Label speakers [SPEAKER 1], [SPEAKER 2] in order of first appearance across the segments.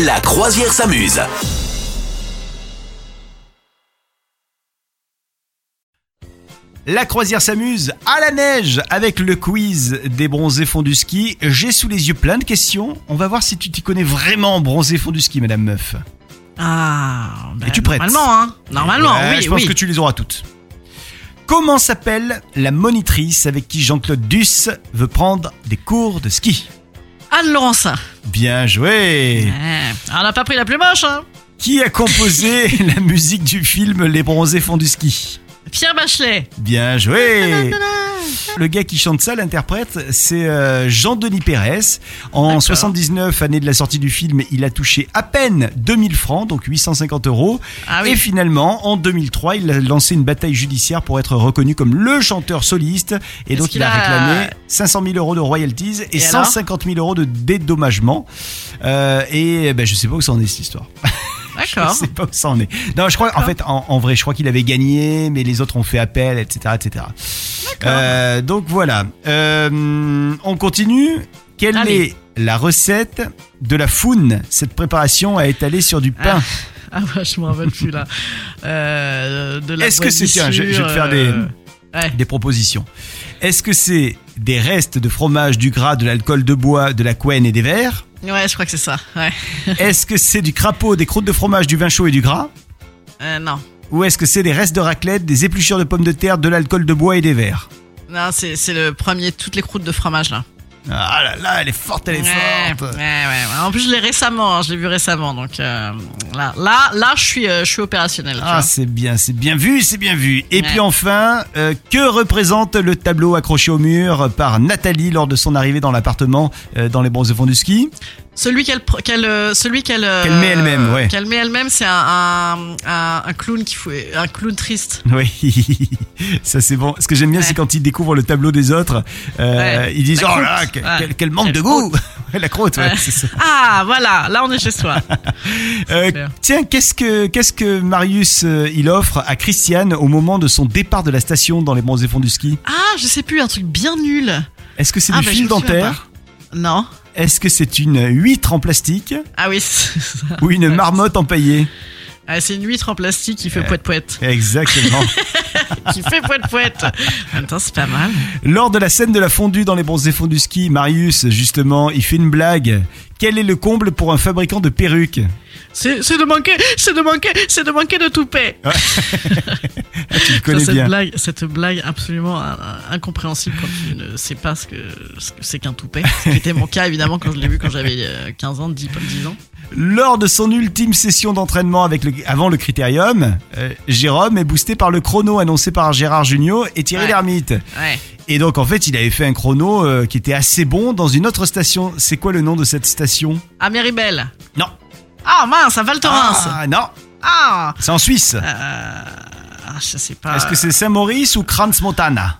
[SPEAKER 1] La croisière s'amuse.
[SPEAKER 2] La croisière s'amuse à la neige avec le quiz des bronzés fonds du ski. J'ai sous les yeux plein de questions. On va voir si tu t'y connais vraiment en bronzés fonds du ski, madame Meuf.
[SPEAKER 3] Ah, bah,
[SPEAKER 2] Et tu prêtes.
[SPEAKER 3] Normalement, hein. Normalement,
[SPEAKER 2] Ouais,
[SPEAKER 3] oui,
[SPEAKER 2] Je pense
[SPEAKER 3] oui.
[SPEAKER 2] que tu les auras toutes. Comment s'appelle la monitrice avec qui Jean-Claude Duss veut prendre des cours de ski
[SPEAKER 3] Anne Laurencin.
[SPEAKER 2] Bien joué
[SPEAKER 3] Ouais. On n'a Eh, pas pris la plus moche, hein.
[SPEAKER 2] Qui a composé la musique du film Les bronzés fonds du ski
[SPEAKER 3] Pierre Bachelet.
[SPEAKER 2] Bien joué
[SPEAKER 3] Tadam.
[SPEAKER 2] Le gars qui chante ça, l'interprète, c'est euh, Jean-Denis Pérez. En
[SPEAKER 3] D'accord.
[SPEAKER 2] 79, année de la sortie du film, il a touché à peine 2000 francs, donc 850 euros.
[SPEAKER 3] Ah oui.
[SPEAKER 2] Et finalement, en 2003, il a lancé une bataille judiciaire pour être reconnu comme le chanteur soliste. Et donc,
[SPEAKER 3] qu'il
[SPEAKER 2] il a
[SPEAKER 3] a-
[SPEAKER 2] réclamé 500 000 euros de royalties et,
[SPEAKER 3] Et alors
[SPEAKER 2] 150 000 euros de dédommagement. Euh, et ben, je sais pas où ça en est cette histoire.
[SPEAKER 3] D'accord.
[SPEAKER 2] Je sais pas où ça en est. Non, je crois, en fait, en, en vrai, je crois qu'il avait gagné, mais les autres ont fait appel, etc., etc. Euh, donc voilà. Euh, on continue. Quelle
[SPEAKER 3] Allez.
[SPEAKER 2] est la recette de la foune Cette préparation à étaler sur du pain.
[SPEAKER 3] Ah bah, je m'en rappelle plus, là. Euh, de la
[SPEAKER 2] Est-ce que c'est- tiens, je- je vais te faire des-
[SPEAKER 3] euh, Ouais.
[SPEAKER 2] Des propositions. Est-ce que c'est des restes de fromage, du gras, de l'alcool de bois, de la couenne et des verres
[SPEAKER 3] Ouais, je crois que c'est ça. Ouais.
[SPEAKER 2] Est-ce que c'est du crapaud, des croûtes de fromage, du vin chaud et du gras
[SPEAKER 3] Euh, non.
[SPEAKER 2] Ou est-ce que c'est des restes de raclette, des épluchures de pommes de terre, de l'alcool de bois et des verres
[SPEAKER 3] Non, c'est c'est le premier, toutes les croûtes de fromage, là.
[SPEAKER 2] Ah là là, elle est forte, elle est
[SPEAKER 3] ouais,
[SPEAKER 2] forte.
[SPEAKER 3] ouais, ouais. En plus, je l'ai récemment, hein, je l'ai vu récemment, donc euh, là, là, là, je suis, euh, je suis opérationnel.
[SPEAKER 2] Ah, c'est bien, c'est bien vu, c'est bien vu. Et
[SPEAKER 3] Ouais.
[SPEAKER 2] puis enfin, euh, que représente le tableau accroché au mur par Nathalie lors de son arrivée dans l'appartement euh, dans les bronzes fonds du ski
[SPEAKER 3] Celui qu'elle, pr- qu'elle, euh, celui qu'elle, euh,
[SPEAKER 2] Qu'elle met elle-même, ouais.
[SPEAKER 3] Qu'elle met elle-même, c'est un, un, un, un clown qui fout, un clown triste.
[SPEAKER 2] Oui, ça c'est bon. Ce que j'aime bien,
[SPEAKER 3] Ouais.
[SPEAKER 2] c'est quand ils découvrent le tableau des autres, euh,
[SPEAKER 3] Ouais.
[SPEAKER 2] ils disent
[SPEAKER 3] La
[SPEAKER 2] Oh
[SPEAKER 3] croûte.
[SPEAKER 2] là, quel,
[SPEAKER 3] Ouais.
[SPEAKER 2] quel- quel manque
[SPEAKER 3] La
[SPEAKER 2] de goût La croûte, ouais,
[SPEAKER 3] Ouais.
[SPEAKER 2] c'est ça.
[SPEAKER 3] Ah, voilà, là, on est chez soi.
[SPEAKER 2] Euh,
[SPEAKER 3] clair.
[SPEAKER 2] tiens, qu'est-ce que qu'est-ce que Marius euh, il offre à Christiane au moment de son départ de la station dans les bronzes fonds du ski
[SPEAKER 3] Ah, je sais plus, un truc bien nul.
[SPEAKER 2] Est-ce que c'est
[SPEAKER 3] Ah,
[SPEAKER 2] du
[SPEAKER 3] bah, je
[SPEAKER 2] fil
[SPEAKER 3] me souviens
[SPEAKER 2] dentaire
[SPEAKER 3] Non.
[SPEAKER 2] Est-ce que c'est une huître en plastique
[SPEAKER 3] Ah oui, c'est ça.
[SPEAKER 2] ou une marmotte empaillée
[SPEAKER 3] Ah, c'est une huître en plastique qui fait poète poète.
[SPEAKER 2] Exactement.
[SPEAKER 3] Qui fait poète poète. En même temps, c'est pas mal.
[SPEAKER 2] Lors de la scène de la fondue dans les bronzés fondus ski, Marius, justement, il fait une blague. Quel est le comble pour un fabricant de perruques
[SPEAKER 3] C'est, c'est de manquer, c'est de manquer, c'est de manquer de toupet.
[SPEAKER 2] Ah, Tu le
[SPEAKER 3] Ça,
[SPEAKER 2] connais
[SPEAKER 3] cette
[SPEAKER 2] bien.
[SPEAKER 3] blague, cette blague absolument euh, incompréhensible quand tu ne sais pas ce que, ce que c'est qu'un toupet. Ce qui était mon cas évidemment quand je l'ai vu quand j'avais euh, 15 ans, 10, 10 ans.
[SPEAKER 2] Lors de son ultime session d'entraînement avec le, avant le critérium, euh, Jérôme est boosté par le chrono annoncé par Gérard Junior et Thierry
[SPEAKER 3] Ouais.
[SPEAKER 2] Lhermitte.
[SPEAKER 3] Ouais.
[SPEAKER 2] Et donc, en fait, il avait fait un chrono euh, qui était assez bon dans une autre station. C'est quoi le nom de cette station
[SPEAKER 3] Ah, Méribel.
[SPEAKER 2] Non.
[SPEAKER 3] Ah mince, à Val Thorens.
[SPEAKER 2] Ah, non,
[SPEAKER 3] Ah.
[SPEAKER 2] c'est en Suisse.
[SPEAKER 3] Euh, ah, je sais pas.
[SPEAKER 2] Est-ce que c'est Saint-Maurice ou Crans-Montana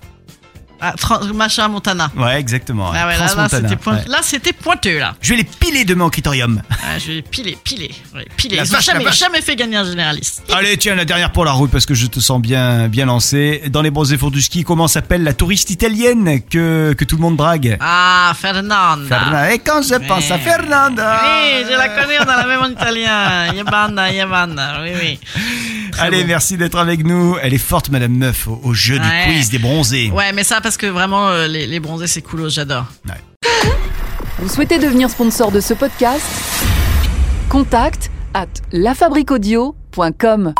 [SPEAKER 3] Ah, Fran- machin Montana.
[SPEAKER 2] Ouais, exactement.
[SPEAKER 3] Ah ouais, là, là,
[SPEAKER 2] Crans-Montana,
[SPEAKER 3] c'était point-
[SPEAKER 2] ouais.
[SPEAKER 3] là, c'était pointeux là.
[SPEAKER 2] Je vais les piler demain au critérium.
[SPEAKER 3] Ah, je vais piler, piler, ouais, piler.
[SPEAKER 2] La
[SPEAKER 3] Ils ont
[SPEAKER 2] vache, la
[SPEAKER 3] jamais,
[SPEAKER 2] vache.
[SPEAKER 3] jamais fait gagner un généraliste.
[SPEAKER 2] Allez, tiens, la dernière pour la route parce que je te sens bien, bien lancé. Dans les bronzés fonds du ski, comment s'appelle la touriste italienne que, que tout le monde drague
[SPEAKER 3] Ah, Fernanda.
[SPEAKER 2] Fernanda. Et quand je pense à
[SPEAKER 3] Ouais.
[SPEAKER 2] Fernanda.
[SPEAKER 3] Oui, je la connais, on a la même en italien. Yabanda, Yabanda, oui, oui. Très
[SPEAKER 2] Allez,
[SPEAKER 3] bon.
[SPEAKER 2] merci d'être avec nous. Elle est forte, Madame Meuf, au, au jeu
[SPEAKER 3] Ouais.
[SPEAKER 2] du quiz des bronzés.
[SPEAKER 3] Ouais, mais ça, parce que vraiment, euh, les, les bronzés, c'est cool, j'adore.
[SPEAKER 4] Vous souhaitez devenir sponsor de ce podcast Contact à lafabriquaudio.com.